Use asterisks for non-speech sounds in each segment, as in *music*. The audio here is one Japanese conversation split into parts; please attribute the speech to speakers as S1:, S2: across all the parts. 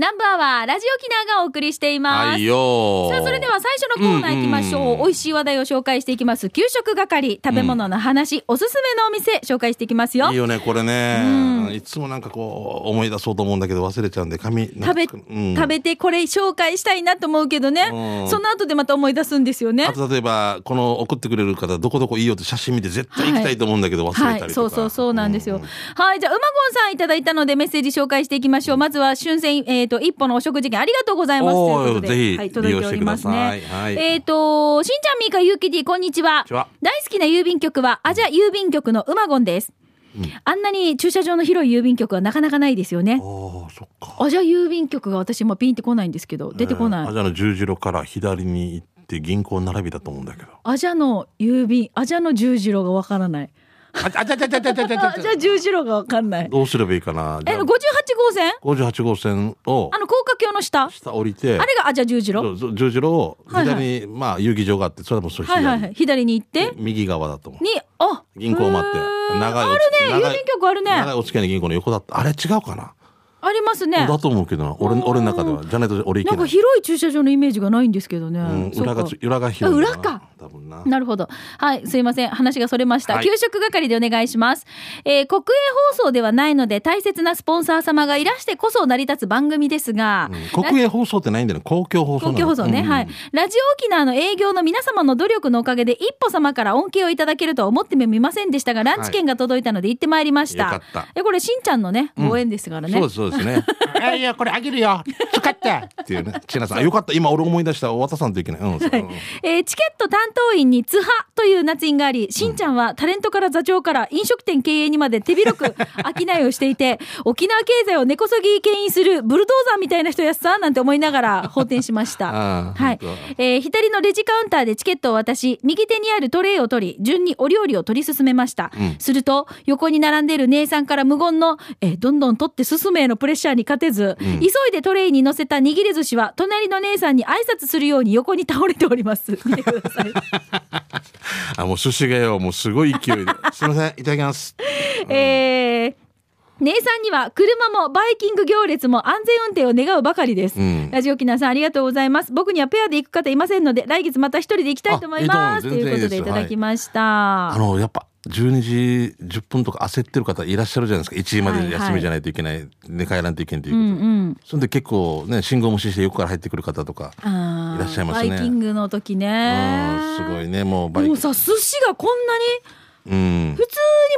S1: ナンバーはラジオキナがお送りしています。
S2: はいよー
S1: さあ、それでは最初のコーナー行きましょう。
S2: うんうん
S1: 美味しい話題を紹介していきます。給食係、食べ物の話、おすすめのお店、紹介していきますよ。
S2: いいよね、これね。いつもなんかこう、思い出そうと思うんだけど忘れちゃうんで、紙、
S1: 食
S2: なんか
S1: べ、
S2: うん
S1: 食べてこれ紹介したいなと思うけどね。
S2: うん
S1: その後でまた思い出すんですよね
S2: あ。と例えば、この送ってくれる方、どこどこいいよって写真見て絶対行きたいと思うんだけど忘れた
S1: は
S2: りとか。
S1: い、そうそうそうなんですよ。はい、じゃあ、うまごんさんいただいたのでメッセージ紹介していきましょう。まずは、春戦、えっ、と、一歩のお食事券ありがとうございます。
S2: おー
S1: ということで
S2: ぜひ
S1: はい、届いております
S2: 利用
S1: ね
S2: してくだ。さいはい
S1: えっ、と、しんちゃんみーかゆうきりこんにちは。
S2: ちは
S1: 大好きな郵便局は、アジャ郵便局のうまごんです。あんなに駐車場の広い郵便局はなかなかないですよね。
S2: ああ、そっか。
S1: アジャ郵便局が私もピンってこないんですけど、出てこない。
S2: あじゃあの十字路から左に行って銀行並びだと思うんだけど。
S1: アジャの郵便、アジャの十字路がわからない。
S2: あじゃあじゃあじゃあじゃあじゃあじゃあ
S1: アジャ十字路がわかんない。
S2: どうすればいいかな。じ
S1: え、
S2: ゃあ
S1: 58号線
S2: 58号線を
S1: あの、高架橋の下
S2: 下降りて
S1: あ、れが、あ、じゃあ十字路
S2: そう十字路を
S1: はいはい
S2: 左に、まあ遊技場があって、それもそう
S1: はいはいはい。左に行って、
S2: 右側だと思う。
S1: に、あ
S2: 銀行待って
S1: へー
S2: 長いお
S1: あるね。
S2: 長
S1: 郵
S2: い
S1: 便局あるね。
S2: 長いお付き合いの銀行の横だった。あれ違うかな。
S1: ありますね。
S2: だと思うけどな、俺の俺の中ではじゃないと俺行
S1: なんか
S2: けない。
S1: 広い駐車場のイメージがないんですけどね。
S2: うん、
S1: そっか
S2: 裏がつ裏が広いんだな。
S1: あ裏か
S2: 多分な。
S1: なるほど。はい、すいません。話がそれました。
S2: はい
S1: 給食係でお願いします。えー国営放送ではないので、大切なスポンサー様がいらしてこそ成り立つ番組ですが、
S2: うん国営放送ってないんだよね。公共放
S1: 公
S2: 送なの
S1: 共放送ね、
S2: うん
S1: はい。ラジオ沖縄の営業の皆様の努力のおかげで、一歩様から恩恵をいただけるとは思ってもみませんでしたが、ランチ券が届いたので行ってまいりました。
S2: よかった
S1: え、これ、しんちゃんのね、ご縁ですからね。
S2: そうです、そうで
S1: *laughs*
S2: すね。あいや、これあげるよ。使って。っていうね。ちなさん、あよかった。今俺思い出した。渡さんといけない。うんそう。うん
S1: えーチケット担当員に津波という夏印があり、しんちゃんはタレントから座長から飲食店経営にまで手
S2: *laughs*
S1: 広く商いをしていて、沖縄経済を根こそぎ牽引するブルドーザーみたいな人やっさなんて思いながら放天しました。
S2: あー
S1: はい
S2: 本。
S1: えー左のレジカウンターでチケットを渡し、右手にあるトレイを取り、順にお料理を取り進めました。すると、横に並んでいる姉さんから無言の、えーどんどん取って進めへのプレッシャーに勝てず、急いでトレイに乗せた握り寿司は、隣の姉さんに挨拶するように横に倒れております。見てください。
S2: あ、もう寿司がよ、もうすごい勢いで。すいません、いただきます。
S1: えー姉さんには車もバイキング行列も安全運転を願うばかりです。
S2: うん
S1: ラジオキナさんありがとうございます。僕にはペアで行く方いませんので、来月また一人で行きたいと思います。と
S2: あえーと
S1: いうことでい
S2: 全然いいです
S1: ただきました。
S2: あの、やっぱ、12時10分とか焦ってる方いらっしゃるじゃないですか。1時まで休みじゃないといけない。で帰らんといけんといううこと
S1: ん
S2: で。
S1: うん。
S2: そんで結構ね、信号無視して横から入ってくる方とか。
S1: あー
S2: いらっしゃいますね
S1: バイキングの時ね
S2: うん、。すごいね、もうバイ
S1: もう
S2: ク。
S1: さ、寿司がこんなに、
S2: うん。
S1: 普通に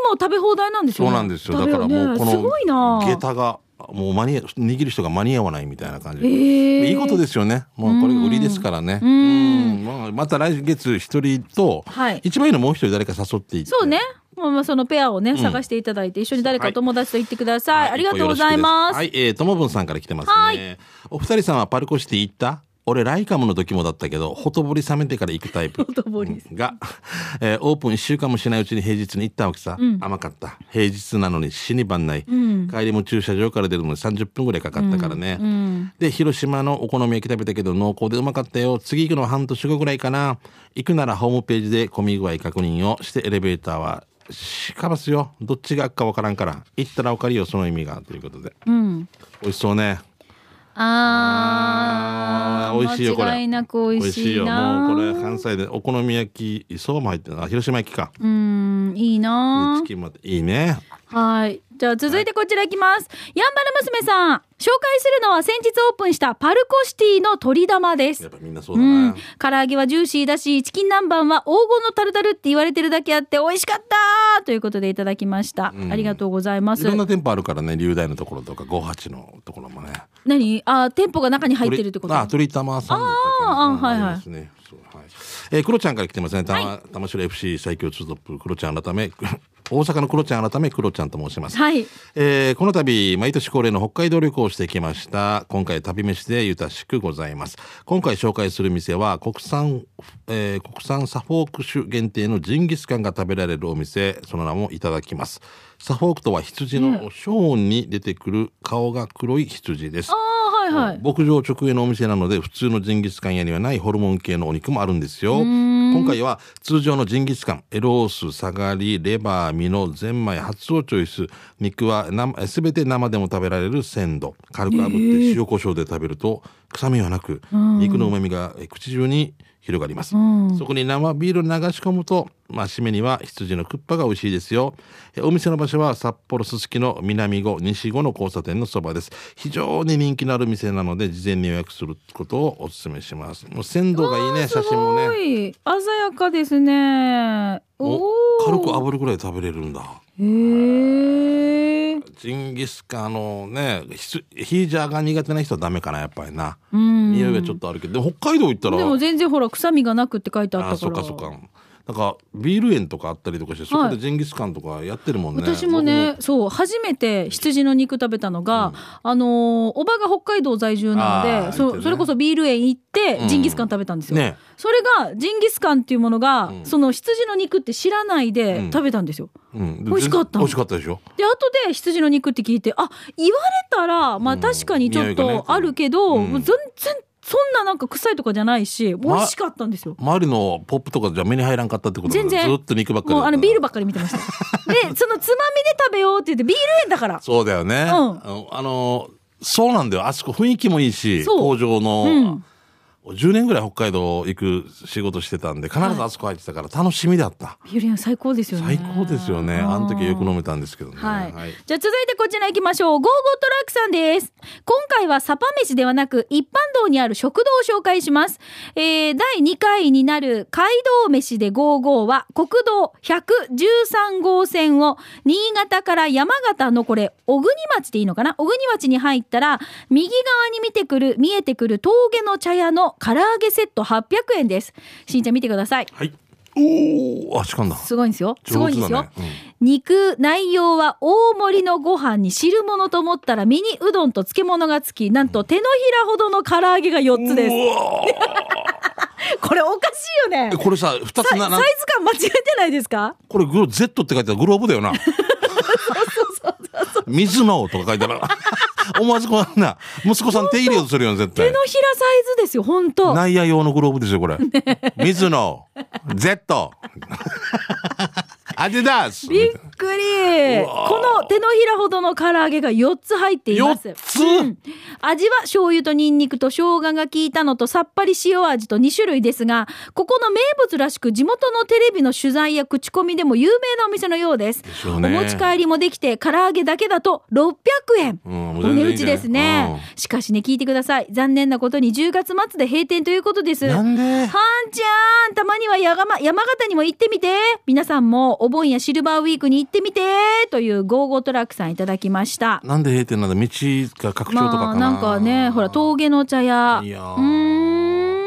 S1: もう食べ放題なんですよ
S2: そ
S1: ね。
S2: うなんですよ。だ
S1: 食べ
S2: からもう
S1: ね
S2: こ
S1: すごい
S2: の
S1: な。
S2: 下駄がもう間に合握る人が間に合わないみたいな感じ。
S1: へー
S2: いいことですよね。もうこれ売りですからね。うんまあまた来月一人と、
S1: はい
S2: 一番いいのもう一人誰か誘っていって。
S1: そうね。まあまあそのペアをね、探していただいて、一緒に誰かお友達と行ってください。ありがとうございます。
S2: はい、えー、ともぶんさんから来てますね。
S1: はい
S2: お二人さんはパルコシティ行った俺、ライカムの時もだったけど、ほとぼり冷めてから行くタイプ。
S1: ほとぼ *laughs* り
S2: うんが、えーオープン1週間もしないうちに平日に行ったわけさ。甘かった。平日なのに死にばんない。帰りも駐車場から出るのに30分ぐらいかかったからね。で、広島のお好み焼き食べたけど濃厚でうまかったよ。次行くのは半年後ぐらいかな。行くならホームページで混み具合確認をしてエレベーターはしかますよ。どっちが悪かわからんから。行ったらわかるよ、その意味が。ということで。美味しそうね。
S1: あ
S2: あー美味しいよこれ
S1: 間違いなく美味しい
S2: よ。
S1: な。
S2: もうこれ関西でお好み焼き、そばも入ってるな。広島焼きか。
S1: うん、いいな
S2: チ。キンまで。いいね。
S1: はい。じゃあ続いてこちらいきます。やんばる娘さん、紹介するのは先日オープンしたパルコシティの鳥玉です
S2: やっ。ぱみんなそうだな。
S1: 唐揚げはジューシーだし、チキン南蛮は黄金のタルタルって言われてるだけあって美味しかったということでいただきました。ありがとうございま
S2: い
S1: す
S2: ろん。な店舗あるからね、龍大のところとか、五八のところもね。
S1: 何あ、店舗が中に入ってるってこと
S2: あ、鳥玉さんだったか
S1: あー
S2: な
S1: あはいはい
S2: りますね。そうはい。えー、クロちゃんから来てますね。たま、たましろ FC 最強ツートップ、クロちゃん改め、 *laughs* 大阪のクロちゃん改め、クロちゃんと申します。
S1: はい。
S2: えーこの度、毎年恒例の北海道旅行をしてきました。今回、旅飯でゆたしくございます。今回紹介する店は、国産、えー国産サフォーク種限定のジンギスカンが食べられるお店、その名もいただきます。サフォークとは羊のショーンに出てくる顔が黒い羊です
S1: あ。あ、はいはい。
S2: 牧場直営のお店なので普通のジンギスカン屋にはないホルモン系のお肉もあるんですよ今回は通常のジンギスカンエロースサガリレバーミノゼンマイ発をチョイス肉は生全て生でも食べられる鮮度軽く炙って塩コショウで食べると臭みはなく、肉の旨味が口中に広がります、そこに生ビール流し込むとまあ、締めには羊のクッパが美味しいですよ。お店の場所は札幌すすきの南後、西後の交差点のそばです。非常に人気のある店なので、事前に予約することをお勧めします。もう鮮度がいいね、写真もね。
S1: 鮮やかですね。
S2: 軽く炙るぐらい食べれるんだ。
S1: へえ。
S2: ジンギスカンのねヒージャーが苦手な人はダメかなやっぱりな、うん、匂いはちょっとあるけど北海道行ったら
S1: でも全然ほら臭みがなくって書いてあったから
S2: そっかそっかなんかビール園とかあったりとかして、そこでジンギスカンとかやってるもんね。
S1: はい、私もね、そう初めて羊の肉食べたのが、うん、あのおばが北海道在住なので、ね、そそれこそビール園行ってジンギスカン食べたんですよ。うんね、それがジンギスカンっていうものが、うん、その羊の肉って知らないで食べたんですよ。うん、美味しかった
S2: 美味しかったでしょ
S1: で後で羊の肉って聞いてあ言われたらまあ確かにちょっとあるけど、全然そんななんか臭いとかじゃないし、美味しかったんですよ。
S2: ま、周りのポップとかじゃ目に入らんかったってこと
S1: 全然。
S2: ずっと肉ばっかり。
S1: もうあのビールばっかり見てま
S2: *laughs*
S1: した。で、そのつまみで食べようって言って、ビール園だから。、
S2: そうだよね。うん、あの、そうなんだよ。あそこ雰囲気もいいし、工場の、うん、10年ぐらい北海道行く仕事してたんで、必ずあそこ入ってたから楽しみだった。はい
S1: ビール園最高ですよね。
S2: 最高ですよね。あの時よく飲めたんですけどね。
S1: はい。はい、じゃあ続いてこちら行きましょう。ゴーゴートラックさんです。今回はサパ飯ではなく、一般道にある食堂を紹介します。えー、第2回になる街道飯でゴーゴーは、国道113号線を、新潟から山形のこれ、小国町でいいのかな小国町に入ったら、右側に見てくる、見えてくる峠の茶屋の唐揚げセット800円です。しんちゃん見てください。
S2: はい。おお、あ、しかんだ。
S1: すごいんですよ。すごいんですよ。ねうん、肉、内容は大盛りのご飯に汁物と思ったらミニうどんと漬物がつき、なんと手のひらほどの唐揚げが4つです。これおかしいよね。
S2: これさ、2つな
S1: サイズ感間違えてないですか
S2: これグロ、Z って書いてあるグローブだよな。水のとか書いてある。思わずこんな息子さん手入れをするよ絶対
S1: 手のひらサイズですよ本当
S2: 内野用のグローブですよこれ、ね、水野 Z アディダス
S1: びっくりこの手のひらほどの唐揚げが4つ入っています4
S2: つ、うん、
S1: 味は醤油とニンニクと生姜が効いたのとさっぱり塩味と2種類ですがここの名物らしく地元のテレビの取材や口コミでも有名なお店のようです、ね、お持ち帰りもできて唐揚げだけだと600円、うん、お値打ちですね、うん、しかしね聞いてください残念なことに10月末で閉店ということです
S2: なんでは
S1: んちゃんたまには山山形にも行ってみて皆さんもお盆やシルバーウィークに行ってみてというゴーゴートラックさんいただきました
S2: なんで閉店なんだ道が拡張とかかな、まあ、
S1: なんかねほら峠の茶屋
S2: いや
S1: うん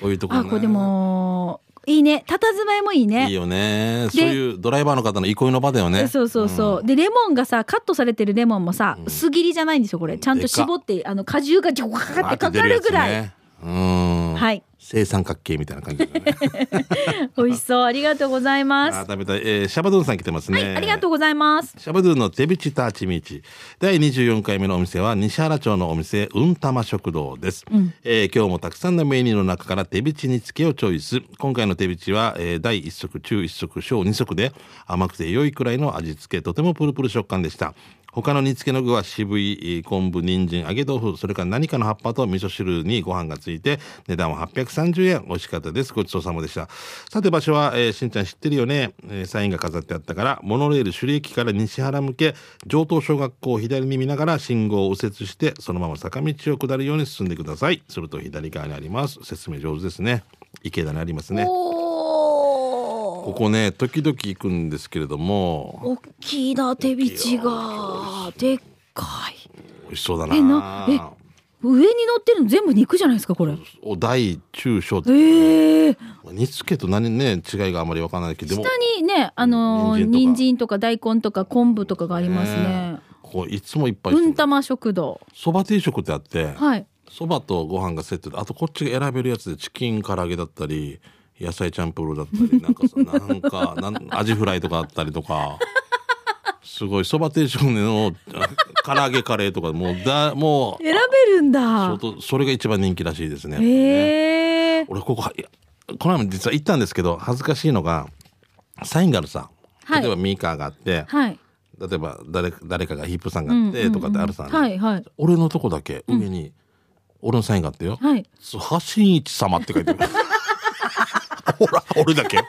S2: こういうとこ、ね、
S1: あこれでもいいね。佇まいもいいね。
S2: いいよね。そういうドライバーの方の憩いの場だよね。
S1: そうそうそう。うん、で、レモンがさ、カットされてるレモンもさ、うん、薄切りじゃないんですよ、これ。ちゃんと絞って、あの、果汁がジョカってかかるぐらい。ね、
S2: うん。
S1: はい。
S2: 正三角形みたいな感じ、ね、 *laughs*
S1: 美味しそう。ありがとうございます。
S2: あ食べたい。えー、シャバドゥンさん来てますね、
S1: はい。ありがとうございます。
S2: シャバドゥンの手ビチターチミチ。第24回目のお店は、西原町のお店、うんたま食堂です、うん、えー、今日もたくさんのメニューの中から手ビチにつけをチョイス。今回の手ビチは、えー、第1足、中1足、小2足で、甘くて良いくらいの味付け、とてもプルプル食感でした。他の煮付けの具は渋い昆布、人参、揚げ豆腐、それから何かの葉っぱと味噌汁にご飯がついて、値段は830円。美味しかったです。ごちそうさまでした。さて場所は、えー、しんちゃん知ってるよね、えー、サインが飾ってあったから、モノレール首里駅から西原向け、上等小学校を左に見ながら信号を右折して、そのまま坂道を下るように進んでください。すると左側にあります。説明上手ですね。池田にありますね。ここね時々行くんですけれども
S1: 大きいな手びちがでっかい
S2: 美味しそうだな
S1: え上に乗ってるの全部肉じゃないですかこれ
S2: お大中小
S1: ええー、
S2: 煮付けと何ね違いがあまりわからないけど
S1: 下にねあの人参とか大根とか昆布とかがありますね、ね、
S2: ここいつもいっぱい
S1: うんたま食堂
S2: そば定食ってあって
S1: はい
S2: そばとご飯がセットであとこっちが選べるやつでチキン唐揚げだったり野菜チャンプルーだったりなんかさ
S1: *laughs*
S2: なんかなんアジフライとかあったりとかすごいそば定食の *laughs* 唐揚げカレーとかもうだも
S1: う選べるんだ
S2: それが一番人気らしいですね
S1: へえ
S2: 俺こここの前も実は行ったんですけど恥ずかしいのがサインがあるさ
S1: はい
S2: 例えばミーカーがあって、
S1: はい。
S2: 例えば誰か誰かがヒップさんがあってとかってあるさ、
S1: はいはい。
S2: 俺のとこだけ上に俺のサインがあってよ、
S1: はい。
S2: そう発信一様って書いてる。 *laughs* ほら、俺だけ。で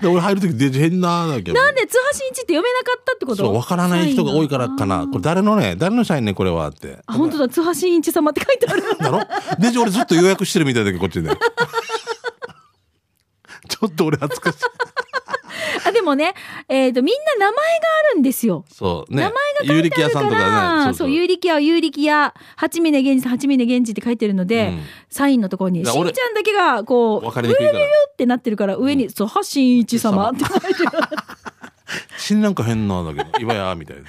S2: で俺入る時で変なだけど。
S1: なんで津波新一って読めなかったってこと
S2: そう、わからない人が多いからかな。これ誰のね、誰の社員ね、これはって。
S1: あ、本当だ、津波新一様って書いてある。
S2: だろで、俺ずっと予約してるみたいだけど、こっ
S1: *laughs*
S2: ちで。ちょっと俺恥ずかしい。
S1: あ、でもね、えっ、と、みんな名前があるんですよ。
S2: そう、
S1: 名
S2: ね。
S1: 前が書いてあるから、そう有力屋は有力屋、八峰源氏さん八峰源氏って書いてるので、
S2: うん
S1: サインのところに、
S2: い
S1: し
S2: や
S1: ん
S2: 俺
S1: ちゃんだけが、こう、
S2: わかりにくいから
S1: うようよってなってるから、上に、そう、はしんいち様って書いてある。 *laughs*
S2: 新なんか変なだけど、 *laughs* 今や、みたいな。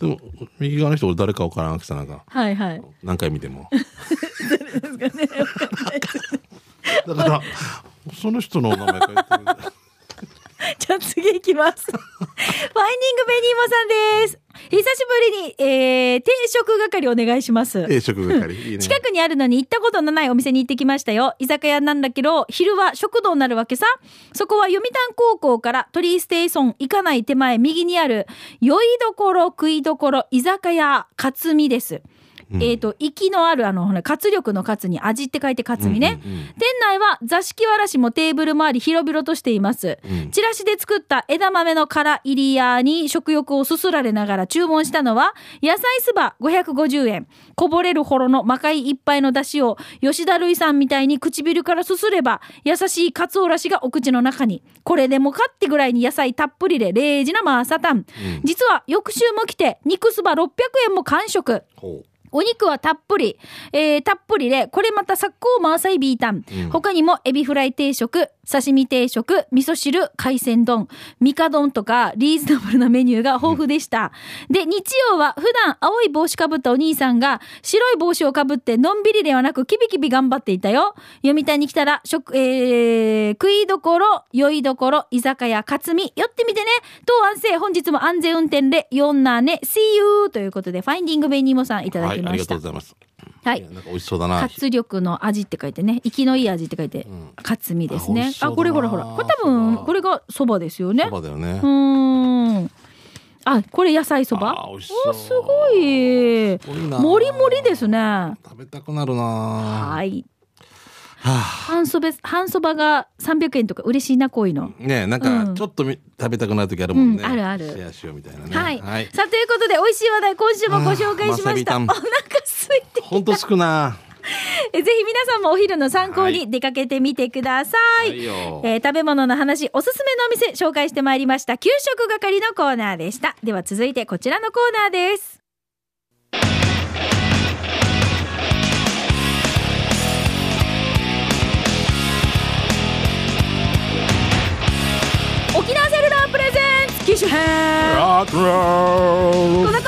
S2: でも、右側の人、俺誰かわからんくさ、なんか、
S1: はいはい。
S2: 何回見ても。
S1: ですかね。わかんない
S2: だから、その人の名前
S1: *laughs*
S2: 書いてる。
S1: じゃあ次行きます。ファインディングベニーモさんです。久しぶりに、えー、定食係お願いします。
S2: 定食係。いいね。
S1: 近くにあるのに行ったことのないお店に行ってきましたよ。居酒屋なんだけど、昼は食堂になるわけさ。そこは読谷高校から鳥居ステーション行かない手前右にある、酔いどころ食いどころ居酒屋勝美です。えっ、と、息のあるあの、ほら活力の活に味って書いて勝美ね。
S2: うんうんうん
S1: 店内は座敷わらしもテーブルもあり広々としています、
S2: うん
S1: チラシで作った枝豆の殻入りやに食欲をそそられながら注文したのは野菜そば550円こぼれるほどの魔界いっぱいの出汁を吉田類さんみたいに唇からすすれば優しいかつおらしがお口の中にこれでもかってぐらいに野菜たっぷりでレージなマーサタン、実は翌週も来て肉そば600円も完食
S2: ほう
S1: お肉はたっぷり、えーたっぷりで、これまたサッコーマーサイビータン。
S2: うん
S1: 他にも、エビフライ定食、刺身定食、味噌汁、海鮮丼、ミカ丼とか、リーズナブルなメニューが豊富でした。で、日曜は普段青い帽子かぶったお兄さんが、白い帽子をかぶって、のんびりではなく、キビキビ頑張っていたよ。読谷に来たら、食、えー、食いどころ、酔いどころ、居酒屋、かつみ、寄ってみてね。当安静、本日も安全運転で、よんなね、See you! ということで、ファインディングベニーモさんいただ
S2: は
S1: き
S2: い、あ
S1: ま
S2: り
S1: した
S2: がとうご。ざいます。
S1: はい
S2: やなんか美味しそうだな。
S1: 活力の味って書いてね、生きのいい味って書いて、かつみです
S2: あ美
S1: ね
S2: 味し。そ
S1: あ、
S2: うだな
S1: これほらほら、これ多分
S2: そ、ば
S1: これがそばですよね
S2: そ。ばだよね
S1: う。ーん。あ、これ野菜そば。
S2: あー
S1: お
S2: 美味しそう
S1: ーすごい。
S2: ごいな
S1: もりもりですね。
S2: 食べたくなるな。
S1: はい。
S2: はあ
S1: 半そば、半そばが三百円とか嬉しいな、こういうの。
S2: ねえ、なん
S1: う
S2: か
S1: ん
S2: ちょっとみ食べたくなる時あるもんね。
S1: うんあるある
S2: シェアしようみたいなね。
S1: はい、さあ、ということで、美味しい話題、今週もご紹介しました。
S2: あ
S1: お
S2: ー
S1: 腹
S2: わ
S1: 空いてきた。
S2: 本当少な。
S1: えぜひ皆さんもお昼の参考
S2: は
S1: に
S2: い
S1: 出かけてみてください。
S2: はいよ
S1: えー食べ物の話、おすすめのお店紹介してまいりました。給食係のコーナーでした。では続いてこちらのコーナーです。沖縄セルラープレゼンツ機種編
S2: ロックン
S1: こ
S2: ロー
S1: のコーナー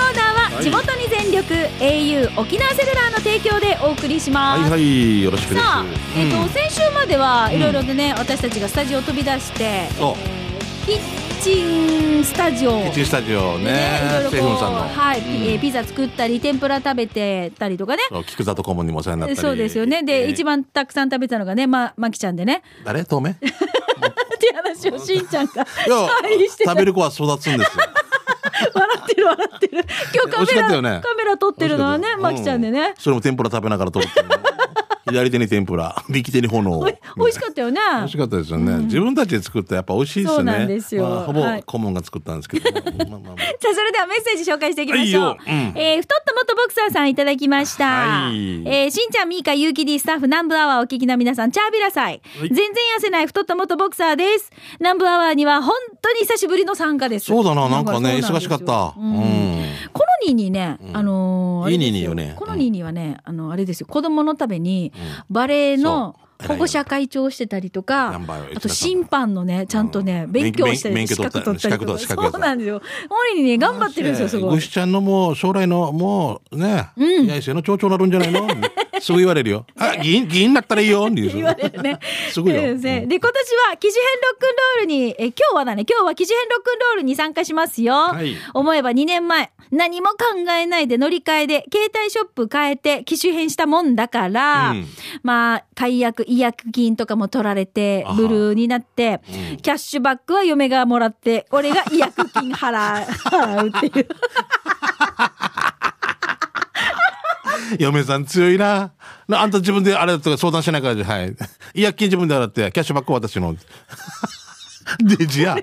S1: は地元に全力、au 沖縄セルラーの提供でお送りします。
S2: はいはい、よろしくです。
S1: さあ、えっと
S2: うん
S1: 先週まではいろいろでね、私たちがスタジオを飛び出して
S2: そう
S1: キッチンスタジオ
S2: キッチンスタジオ
S1: で
S2: ね
S1: いろ、
S2: シ
S1: いろ
S2: ェフ
S1: こ
S2: ン
S1: う
S2: さんの。
S1: はい、
S2: うん
S1: えーピザ作ったり天ぷら食べてたりとかね
S2: そう菊里顧問にもお世話になったり。
S1: そうですよねで、
S2: えー
S1: 一。番たくさん食べたのがねままきちゃんでね *laughs*
S2: 誰透明？い
S1: っていう話をしんちゃんが
S2: や
S1: 愛して、た
S2: 食べる子は育つんですよ。
S1: 笑ってる笑ってる今日カ
S2: 美味しか
S1: メ
S2: った
S1: ラ、
S2: よね
S1: カメラ撮ってるのはね
S2: うん
S1: まきちゃんでね、
S2: それも天ぷら食べながら撮って
S1: *laughs*
S2: る左手に天ぷら右手に炎
S1: おい美味しかったよね
S2: 美味しかったですよね、自分たちで作ったらやっぱ美味しいですよね
S1: そうなんですよ
S2: まあほ
S1: はい
S2: ぼ顧問が作ったんですけど、まあまあまあ
S1: *laughs* じゃあそれではメッセージ紹介していきましょう。
S2: はいようん
S1: えー太った元ボクサーさんいただきました。
S2: はい
S1: えーしんちゃん、みーか、ゆうき D スタッフ、南部アワーお聞きの皆さん、チャービラサイ。
S2: は
S1: 全
S2: い
S1: 然痩せない太った元ボクサーです。南部アワーには本当に久しぶりの参加です。
S2: そうだななんかね
S1: そうな
S2: 忙
S1: んです
S2: し
S1: よ
S2: かった、うん
S1: コロニーにね、あのー、あれです
S2: いいニーニーよね
S1: コロニーにはね、あの、あれですよ、子供のために、バレエの
S2: そう
S1: 保護者会長をしてたりとか
S2: ナンバーよ、
S1: あと審判のね、ちゃんとね、
S2: うん
S1: 勉強したり、
S2: 免
S1: 資
S2: 許
S1: 格取
S2: 免
S1: った
S2: 許
S1: り
S2: 取った
S1: と
S2: り資格
S1: か、
S2: 取った資格
S1: そうなんですよ。コロニーね、頑張ってるんですよ、すごい
S2: ぐ。しちゃんのもう将来のもうね、
S1: うん
S2: 未来生の町長になるんじゃないのすすぐ言われ
S1: *laughs*
S2: るよ。あ、議員、議員になったらいいよって言う。。
S1: 言われるね
S2: すごいよ
S1: うんで、今年は、機種編ロックンロールに、え、今日はだね、今日は機種編ロックンロールに参加しますよ。
S2: い
S1: 思えば2年前、何も考えないで乗り換えで、携帯ショップ変えて機種編したもんだから、
S2: うん
S1: まあ、解約、違約金とかも取られて
S2: あ、は
S1: ブルーになって、
S2: うん
S1: キャッシュバックは嫁がもらって、俺が違約金払う払うっていう。
S2: 嫁さん強いな。なあんた自分であれだとか相談しないからじゃ、はい。違約金自分で払って、キャッシュバックは私の。 *laughs* デジや。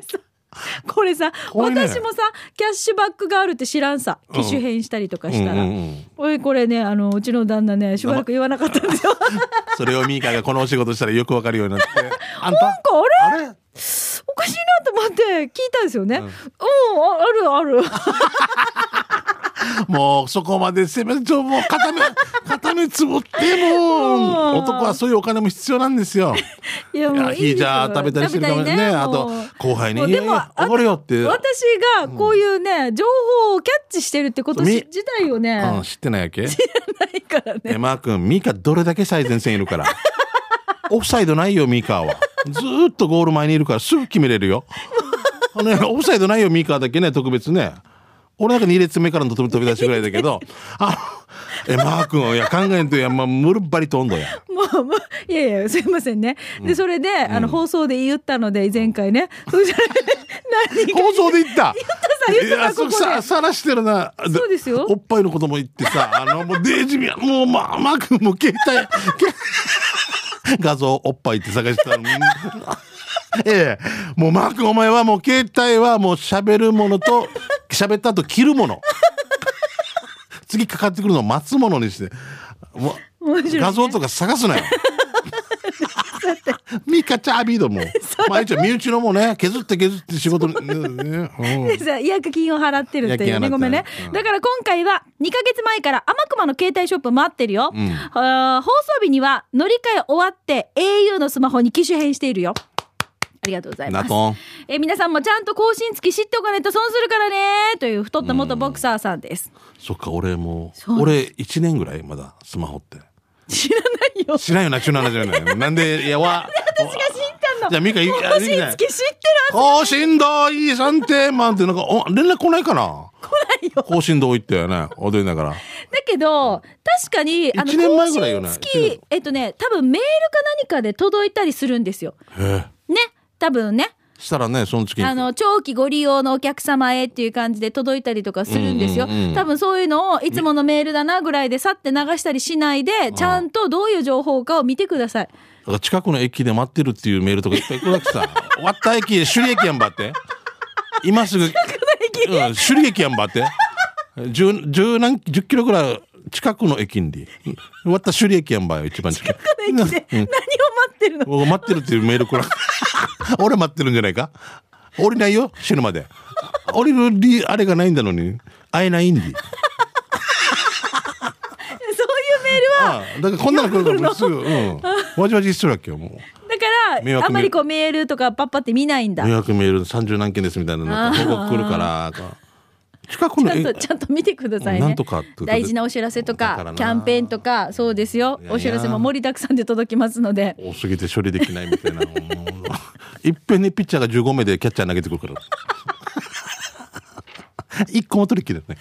S1: これさ、
S2: 怖いね
S1: 私もさ、キャッシュバックがあるって知らんさ、機種変したりとかしたら。
S2: うんうんうん
S1: おいこれねあのうちの旦那ねしばらく言わなかったんですよ。なんか
S2: それをミーカがこのお仕事したらよくわかるよ
S1: *laughs*
S2: うになって。あんた、
S1: あれ
S2: あれ
S1: おかしいなと思って聞いたんですよね。うん、ああるある。 *laughs*
S2: もうそこまでせめて、もう固め、固めつぶって、も
S1: *laughs* うん
S2: う、男はそういうお金も必要なんですよ。
S1: いや
S2: いや、ひいじゃあ食べたりしてるかもね。あと、後輩に、い
S1: で
S2: やい
S1: も
S2: や
S1: あ
S2: おごるよって。
S1: 私がこういうね情報をキャッチしてるってこと
S2: み
S1: 自体をね
S2: うん、知ってないわけ
S1: ないからね。
S2: え、マー君、ミカどれだけ最前線いる *laughs* から。オフサイドないよ、ミカは。ずーっとゴール前にいるからすぐ決めれるよ。あのね、オフサイドないよ、ミカだけね、特別ね。俺なんか2列目からの飛び飛び出しぐらいだけど、あのえ、マー君、いや、考えんと、いや、まあ、むるっばりと温度や。
S1: もうもういやいやすいませんね。でそれであの放送で言ったので前回ね。それで何 *laughs* が
S2: *laughs* 放送で言った
S1: 言ってた
S2: いや
S1: ここで
S2: そささらしてるな
S1: そうですよ
S2: おっぱいのことも言ってさ *laughs* あのもうデイジミアもうまあマー君も携帯け *laughs* 画像おっぱいって探してたの *laughs* ええもうマー君お前はもう携帯はもう喋るものと *laughs* 喋った後切るもの *laughs* 次かかってくるのを待つものにしてもう
S1: 面白いね
S2: 画像とか探すなよミカチャービードもまあ一応身内のもね削って削って仕事に、ねうん
S1: *laughs* でさ違約金を払ってるっていうね
S2: 違約金払ってる
S1: ごめんね、
S2: うん
S1: だから今回は2ヶ月前から天熊の携帯ショップ回ってるよ、
S2: ん
S1: あー放送日には乗り換え終わって au のスマホに機種変しているよありがとうございま
S2: ナ
S1: す
S2: トン
S1: えー皆さんもちゃんと更新付き知っておかないと損するからねという太った元ボクサーさんです、
S2: そっか俺も
S1: そううなん
S2: 俺1年ぐらいまだスマホって
S1: 知らないよ
S2: 知らんよな中7じゃないなんでいやわ
S1: 私が知ったの
S2: じゃあミカいいいや
S1: 更新付き知ってる
S2: 更新堂いい3点満点なんかお連絡来ないか
S1: 来
S2: な
S1: ないよ
S2: 更新堂行ったよねおどいながら
S1: だけど確かに
S2: 一年前ぐらいよ
S1: 更
S2: ね
S1: 新付きえっとね多分メールか何かで届いたりするんですよ
S2: へえ
S1: ね多分ね
S2: したらねその月に
S1: あの長期ご利用のお客様へっていう感じで届いたりとかするんですよ、
S2: うんうんうん
S1: 多分そういうのをいつものメールだなぐらいでさって流したりしないでちゃんとどういう情報かを見てください
S2: だから近くの駅で待ってるっていうメールとかいっぱい来るわけ *laughs* さ終わった駅首里駅やんばって今すぐうん首里駅やんばって十十何十キロぐらい近くの駅にでうん終わった首里駅やんばよ一番近く
S1: 駅 *laughs* で何を待ってるの
S2: 僕待ってる *laughs* っていうメール来らん俺待ってるんじゃないか降りないよ死ぬまで降りる理あれがないんだのに会えないん *laughs* で
S1: そういうメールは
S2: ああだからこんなの来るからもうすぐうんわじわじしてるわけよも
S1: だか
S2: 迷
S1: ら
S2: 惑
S1: あんまりこうメールとかパッパって見ないん
S2: う
S1: だ
S2: 迷惑メール三十何件ですみたいななんか
S1: ああ
S2: 報告来るからか近く
S1: ち
S2: の
S1: ゃんと
S2: 駅
S1: ちゃんと見てくださいね
S2: なんとかってことで
S1: 大事なお知らせと
S2: だ
S1: か
S2: からな
S1: キャンペーンとかそうですよ
S2: いやいや
S1: お知らせも盛りだくさんで届きますの
S2: *laughs*
S1: で
S2: 多すぎて処理できないみたいな *laughs* もういっぺんにピッチャーが15名でキャッチャー投げてくるから *laughs* 一個も取りきれない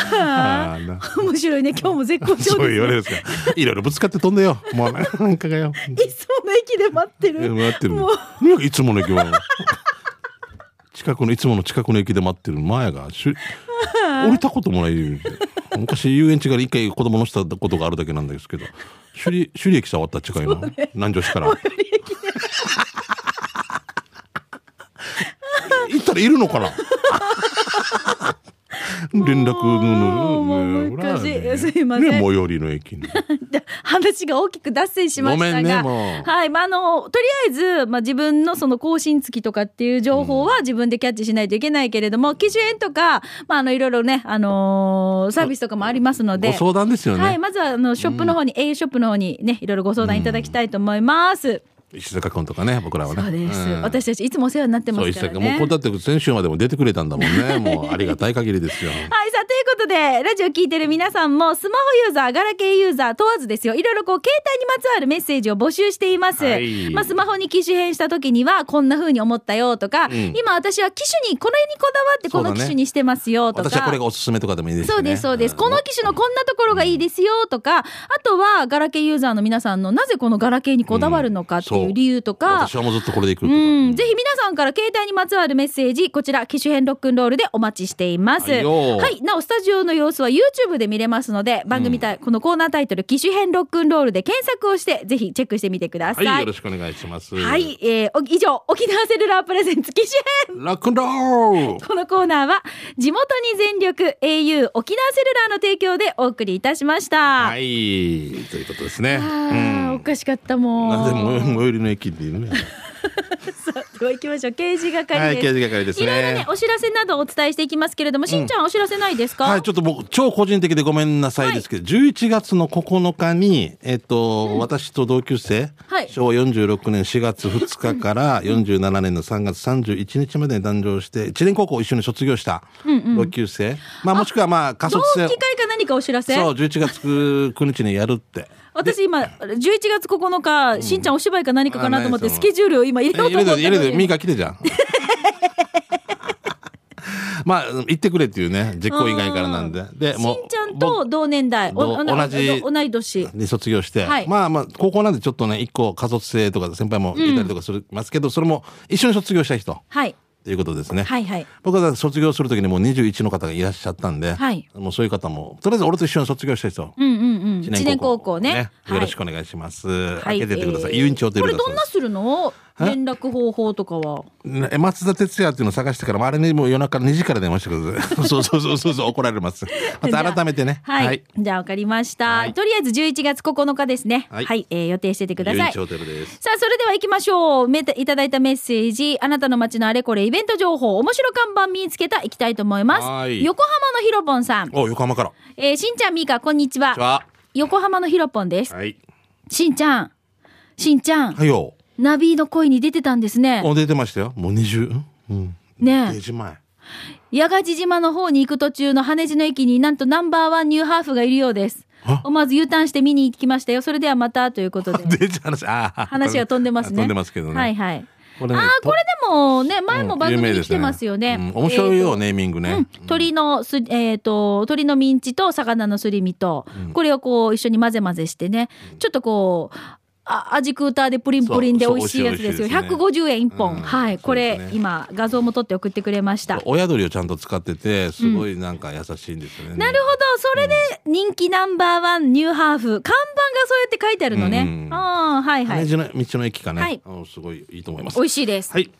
S2: ああな
S1: 面白いね今日も絶好調
S2: そ
S1: で
S2: う
S1: す
S2: 言われるんですか。いろいろぶつかって飛んでよ。もうなんかがよ。
S1: いつもの駅で待ってる
S2: 待ってる
S1: もう。 *laughs*
S2: いつもの駅は。近くのいつもの近くの駅で待ってる前がしゅ降りたこともない昔遊園地から一回子供乗せたことがあるだけなんですけど首里首里駅触ったら近いな、南城市から行ったらいるの
S1: *laughs*
S2: かな連絡の
S1: もう
S2: ね
S1: 難しいすいません
S2: ね最寄りの駅に
S1: 話が大きく脱線しましたが、
S2: ごめんねもう
S1: はい、まあ、あの、とりあえず、まあ、自分のその更新付きとかっていう情報は自分でキャッチしないといけないけれども、機種変とか、まあ、あの、いろいろね、あのーサービスとかもあります *laughs* ので。
S2: ご相談ですよね、
S1: はい、まずはあのショップの方に、au ショップの方にね、いろいろご相談いただきたいと思います。
S2: 石坂君とかね僕らはね
S1: そうです、
S2: ん
S1: 私たちいつもお世話になってま
S2: そう
S1: す
S2: 石
S1: から
S2: 坂も
S1: ね
S2: うこれだって先週までも出てくれたんだもんねもうありがたい限りですよ
S1: はい、さあ、ということで、ラジオ聞いてる皆さんも、スマホユーザー、ガラケーユーザー問わずですよ、いろいろこう、携帯にまつわるメッセージを募集しています。
S2: はい
S1: まあ、スマホに機種変した時には、こんな風に思ったよとか、
S2: ん
S1: 今私は機種に、これにこだわってこ
S2: そうだ
S1: の
S2: ね
S1: 機種にしてますよとか。
S2: 私はこれがおすすめとかでもいいですよ
S1: そう
S2: ね
S1: です、そうです。
S2: ん
S1: この機種のこんなところがいいですよとか、あとは、ガラケーユーザーの皆さんの、なぜこのガラケーにこだわるのかっていう理由とか、
S2: 私はもうずっとこれでいくとか、
S1: うん、ぜひ皆さんから携帯にまつわるメッセージ、こちら、機種編ロックンロールでお待ちしています。
S2: はいよ
S1: はい、なお、スタジオの様子は YouTube で見れますので、番組たい、このコーナータイトル、機種編ロックンロールで検索をして、ぜひチェックしてみてください。
S2: は
S1: はい
S2: よろ
S1: い、
S2: しくお願いします
S1: えーお以上、沖縄セルラープレゼンツ機種編
S2: ロックンロール
S1: このコーナーは、地元に全力 au 沖縄セルラーの提供でお送りいたしました。
S2: はいということですね
S1: あ
S2: うん
S1: ーおかしかったもん。
S2: なんでも最寄りの駅っていうね
S1: では行きましょう。刑事係です。
S2: はい刑事係ですね
S1: いろいろね、お知らせなどをお伝えしていきますけれども、しんちゃん、お知らせないですか、
S2: はい、ちょっともう超個人的でごめんなさいですけど、11月の9日に、えっ、と、私と同級生、
S1: はい
S2: 昭和46年4月2日から47年の3月31日までに誕生して、知念高校を一緒に卒業した同級生、まあもしくはまあ、仮
S1: 同
S2: 卒生
S1: 期、会か何かお知らせ
S2: そう、11月9日にやるって。
S1: 私今、11月9日、しんちゃんお芝居か何かかなと思って、
S2: あない
S1: ス
S2: です
S1: ケジュールを今入れよう
S2: 入
S1: と
S2: れ
S1: 思っ
S2: る
S1: て
S2: 入れるミーカ来て
S1: *laughs*
S2: じゃん。まあ、行ってくれっていうね、実行委員会からなんで。で、
S1: しんちゃんと同年代、
S2: ど
S1: お
S2: 同じ
S1: 同い年。
S2: で卒業して、
S1: はい
S2: まあまあ高校なんでちょっとね一個家族生とか先輩もいたりとかするますけど、それも一緒に卒業した人
S1: はい。
S2: ということですね、
S1: はいはい。
S2: 僕は卒業する時にもう21の方がいらっしゃったんで、
S1: はい
S2: もうそういう方もとりあえず俺と一緒に卒業した人、
S1: うんうんうん。知念高校ね。
S2: よろしく
S1: は
S2: お願いします、
S1: い。
S2: 開けててください、
S1: えー
S2: 遊園地ホテル
S1: こ
S2: だ
S1: れ
S2: そう
S1: どん
S2: で
S1: な
S2: す
S1: するの連絡方法とかは。
S2: ね松田哲也っていうのを探してから、まああれにもう夜中の2時から電話してく
S1: *laughs*
S2: ださい。そうそうそうそうそう、怒られます。また改めてね。
S1: はい。じゃあ分かりました。
S2: はい
S1: とりあえず11月9日ですね。は、
S2: はいい
S1: えー予定しててくだ
S2: 遊
S1: さい。
S2: 園地
S1: さ
S2: ホテルです。
S1: あ、それでは行きましょう。めたいただいたメッセージ、あなたの街のあれこれイベント情報、面白看板見つけた、行きたいと思いま
S2: は
S1: す。
S2: い
S1: 横浜のひろぽんさん。
S2: お、横浜から。こん
S1: えーしんちゃん、みーか、こんにちは。
S2: にちは。
S1: 横浜のひろぽんです。
S2: はい。
S1: しんちゃん、しんちゃん、
S2: はいよ。
S1: ナビの声に出てたんですね。
S2: お出てましたよ。もう20、うん、
S1: ねえ
S2: 0時前。 *laughs*
S1: 矢賀地島の方に行く途中の羽地の駅になんとナンバーワンニューハーフがいるようです
S2: あ。
S1: 思わず U ターンして見に行きましたよ。それではまたということで。
S2: 0時話、あー
S1: 話が飛んでますね。
S2: あ飛んでますけどね。
S1: はいはい。
S2: これ
S1: あ
S2: ね
S1: あ、これでもね、前も番組
S2: 有名
S1: に
S2: で
S1: 来てますよね。
S2: うん面白い
S1: え
S2: よ、
S1: ーと
S2: ネーミング
S1: う
S2: ね
S1: ん。、鶏のす、えっ、と、鶏のミンチと魚のすり身と、これをこう一緒に混ぜ混ぜしてね、ちょっとこう、あ味クーターでプリンプリンで
S2: そう
S1: 美味しいやつですよ。
S2: そう美味しいですね
S1: 150円1本。
S2: うん
S1: はい。これ、
S2: そうですね
S1: 今、画像も撮って送ってくれました。
S2: 親鳥をちゃんと使ってて、すごいなんか優しいんですよね。
S1: なるほど。それで人気ナンバーワンニューハーフ。看板がそうやって書いてあるの
S2: う
S1: ね
S2: ん。うん
S1: ああ、はいは
S2: 羽
S1: い。
S2: 地の道の駅かね。
S1: はい
S2: うんすごいいいと思います。
S1: 美
S2: は
S1: 味しいです。
S2: い。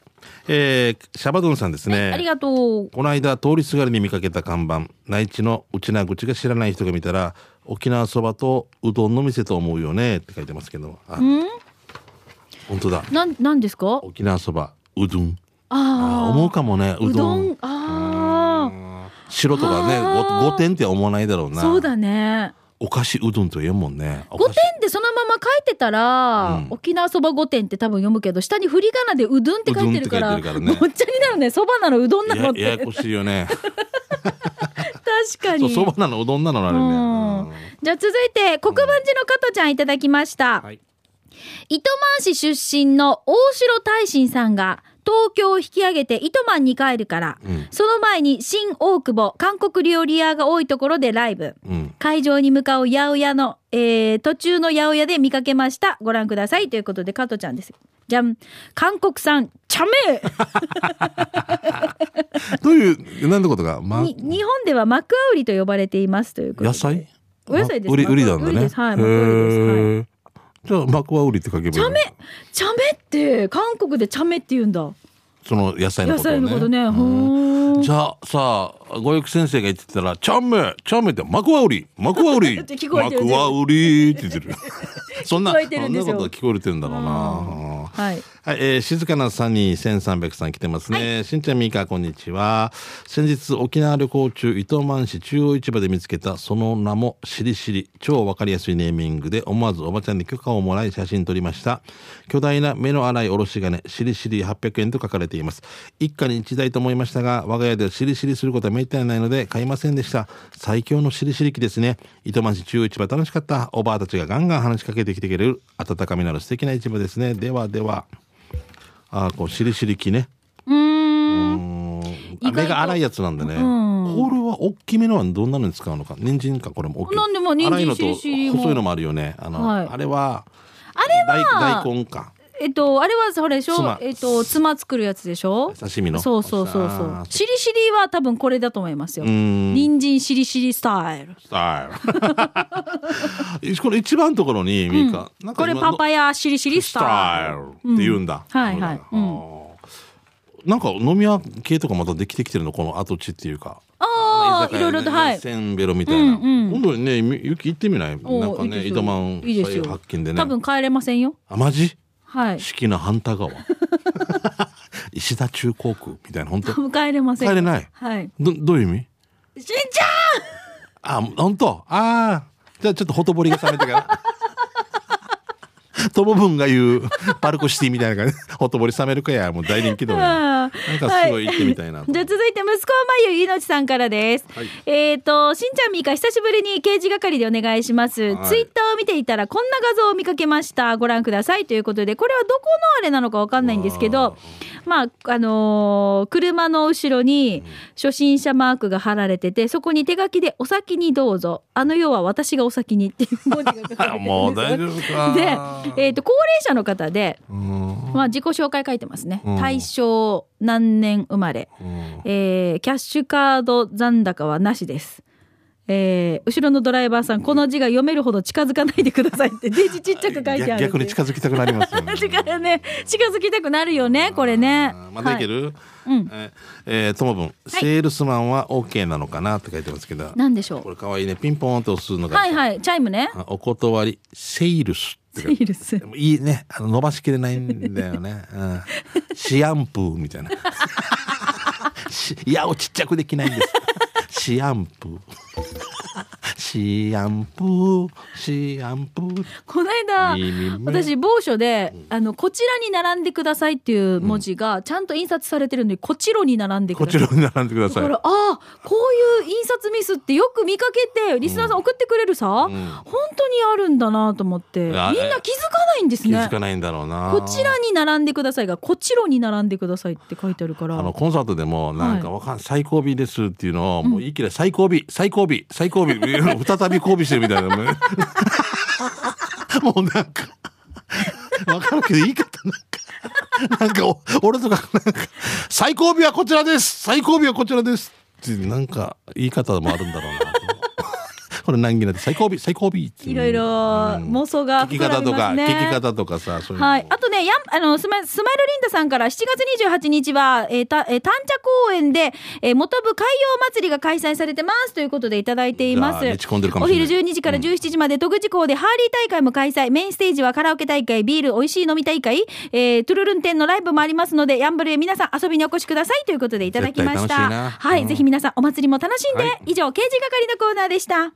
S2: えー、シャバドゥンさんですね。
S1: ありがとう。
S2: この間通りすがりに見かけた看板内地のうちな口が知らない人が見たら沖縄そばとうどんの店と思うよねって書いてますけどあ本当だ
S1: なん、なんですか
S2: 沖縄そばうどんあ
S1: あ
S2: 思うかもね
S1: あ、
S2: う
S1: うど
S2: ど
S1: ん
S2: ん、
S1: あ
S2: 白とかね
S1: あー
S2: 5点って思わないだろう
S1: あ、
S2: な
S1: そうだね。
S2: お菓子うどんと言えんもんねお
S1: 五
S2: 菓
S1: 点
S2: 子
S1: でそのまま書いてたら、
S2: うん
S1: 沖縄そば五点って多分読むけど、下に振り仮名でうどんって書いてるから、
S2: うどんって書いてるからね
S1: ごっちゃになるね。そばなのうどんなのっ
S2: やや
S1: て。
S2: やこしいよね
S1: 確か
S2: そう
S1: に。
S2: そばなのうどんなのあれね
S1: うん
S2: うん
S1: じゃあ続いて、黒板寺の加トちゃんいただきました。
S2: はい
S1: 糸満市出身の大城大臣さんが東京を引き上げて糸満に帰るから、
S2: うん
S1: その前に新大久保、韓国料理屋が多いところでライブ。
S2: うん
S1: 会場に向かう八百屋の、えー途中の八百屋で見かけました。ご覧ください。ということで、加トちゃんです。じゃん。韓国産、チャ
S2: *laughs*
S1: メ
S2: どういう何のことかま
S1: に日本ではマクアウリと呼ばれていますということで。
S2: 野菜
S1: お野菜です
S2: あ売り売りなん
S1: 売
S2: だ
S1: り
S2: ね
S1: ですはい幕張ですはい
S2: へーじゃあ幕は売りって書けばいい
S1: チャメチャメって、韓国でチャメって言うんだ。
S2: その野菜の
S1: 野
S2: ことをね
S1: 菜のことね。ほー
S2: じゃあさあご育先生が言ってたら「チャンメチャンメってマクワウリマクワウ
S1: *laughs*
S2: リ
S1: って聞こえ
S2: マ
S1: てる *laughs*
S2: クワウリ」って言ってるそんな、
S1: 聞こえてるんですよ
S2: そんなこと聞こえてるんだろうな。
S1: はい。
S2: はい、えー静かなさんに1300さん来てますね。しんちゃんみーか、こんにちは。先日、沖縄旅行中、糸満市中央市場で見つけた、その名も、しりしり。超わかりやすいネーミングで、思わずおばちゃんに許可をもらい、写真撮りました。巨大な目の粗いおろし金、しりしり800円と書かれています。一家に一台と思いましたが、我が家ではしりしりすることはめったにないので、買いませんでした。最強のしりしり機ですね。糸満市中央市場楽しかった。おばあたちがガンガン話しかけてきてくれる、温かみのある素敵な市場ですね。ではでは。ああこうしりしり機ね
S1: うーん。
S2: あれが粗いやつなんでねこれは大きめのはどんなのに使うのか人参かこれも大きい
S1: なんでも人参
S2: 粗いの
S1: しりしり
S2: と
S1: も
S2: 細いのもあるよねあの、
S1: はい
S2: あれは
S1: あれは
S2: 大大根か
S1: えっと、あれはそれでしょ
S2: 妻
S1: えっと、妻作るやつでしょ
S2: 刺身の
S1: そうそうそうそ
S2: あ
S1: う
S2: ー。
S1: しりしりは多分これだと思いますよ。人参しりしりスタイル。
S2: はい *laughs* これ一番のところにミカ、なんか
S1: これ
S2: 今
S1: パパヤしりしりス
S2: スタ
S1: タ
S2: イ
S1: イル。
S2: ルって言うんだ、
S1: うんはいはい
S2: これだあーなんか飲み屋系とかまたできてきてるのこの跡地っていうか
S1: ああ、いろいろと、はい。
S2: せんべろみたいな。
S1: うんうん
S2: 今度ね、みゆき行ってみない。
S1: おー
S2: なんか
S1: いい
S2: ね、
S1: ですよ
S2: 糸満
S1: いいです
S2: 再
S1: よ
S2: 発見でね。
S1: 多分帰れませんよ。
S2: あ、マジ。
S1: はい。
S2: 四季な反対川。 *laughs* 石田中航空みたいな、本当
S1: 多。分帰れません。
S2: 帰れない
S1: はい。
S2: ど、どういう意味。
S1: しんちゃ
S2: あ、本当。ああ。じゃ、あちょっとほとぼりが冷めてから。 *laughs* トモブンが言うパルコシティみたいな感じほとぼり冷めるかやもう大人気だよね
S1: ん
S2: なんかすごい行ってみたいなと思う
S1: じゃあ続いて息子はまゆいのちさんからです。
S2: はい
S1: えっ、と、しんちゃんみーか久しぶりに刑事係でお願いします。
S2: はい
S1: ツイッターを見ていたらこんな画像を見かけました。ご覧くださいということで、これはどこのあれなのかわかんないんですけ
S2: わ
S1: ど、まあ、あのー車の後ろに初心者マークが貼られてて、そこに手書きでお先にどうぞ。あの世は私がお先にっていう文字が書かれてるんです
S2: *laughs* もう大丈夫か
S1: *laughs* で、えっ、と、高齢者の方で、
S2: うん
S1: まあ、自己紹介書いてますね。
S2: うん
S1: 大正何年生まれ。
S2: うん
S1: えーキャッシュカード残高はなしです。えー後ろのドライバーさん、この字が読めるほど近づかないでください
S2: *laughs*
S1: って、デジちっちゃく書いてあるっていう。
S2: 逆逆に近づきたくなりますよね
S1: だからね、近づきたくなるよね、これね
S2: あー。まだいけ
S1: はい
S2: る、
S1: うん
S2: えーえーともぶん、セールスマンは OK なのかなって書いてますけど、
S1: なんでしょ
S2: こ
S1: う。
S2: れかわいいね。ピンポーンって押すのが、
S1: はいはい、チャイムね。
S2: あお断り、セールス
S1: セ
S2: って書いて
S1: ールス
S2: で。もいいね。あの伸ばしきれないんだよね。うん、シアンプー
S1: *laughs*
S2: みたいな。しいやをちっちゃくできないんです。シアンプー。シアンプー、シアンプー。
S1: この間
S2: いい耳
S1: 私某所で、あのこちらに並んでくださいっていう文字がちゃんと印刷されてるのにこちらに並んでく
S2: こ
S1: だ
S2: ち
S1: さい
S2: らに並んでくだ
S1: だ
S2: さ
S1: か
S2: い。
S1: らああこういう印刷ミスってよく見かけてリスナーさん送ってくれるさ、
S2: ん
S1: 本当にあるんだなと思ってみん
S2: あ
S1: な気づかないんです
S2: 気づ
S1: ね
S2: かないんだろうな。
S1: こちらに並んでくださいがこちらに並んでくださいって書いてあるから
S2: あのコンサートでもなんかわかん、最後尾ですっていうのをもう言い切れ、最後尾最後尾最後尾 *laughs* 再び交尾してるみたい
S1: *laughs*
S2: なもうもうなんかわかるけど言い方なんかなんかお俺とかなんか最後尾はこちらです最後尾はこちらですってなんか言い方もあるんだろうな
S1: *laughs*
S2: これ難儀なんで最後尾最後尾ってう
S1: いろいろ妄想が
S2: 聞き
S1: 膨ら
S2: 方
S1: み
S2: とか、
S1: ますね
S2: 聞き方とかさそういうのも
S1: はい。あとね、やん、あの、スマスマイルリンダさんから7月28日は、えーた、えー、丹茶公園で、えー、元部海洋祭りが開催されてますということでいただいていま
S2: じ
S1: す。
S2: ゃあ打ち込んでるかも
S1: お
S2: しれない
S1: 昼12時から17時まで、戸口港でハーリー大会も開催。メインステージはカラオケ大会、ビール、美味しい飲み大会、えー、トゥルルン店のライブもありますので、やんぶるへ皆さん遊びにお越しくださいということでいただきまし
S2: 絶対楽しい
S1: た。
S2: な
S1: はい、
S2: うん
S1: ぜひ皆さんお祭りも楽しんで、
S2: はい
S1: 以上、刑事係のコーナーでした。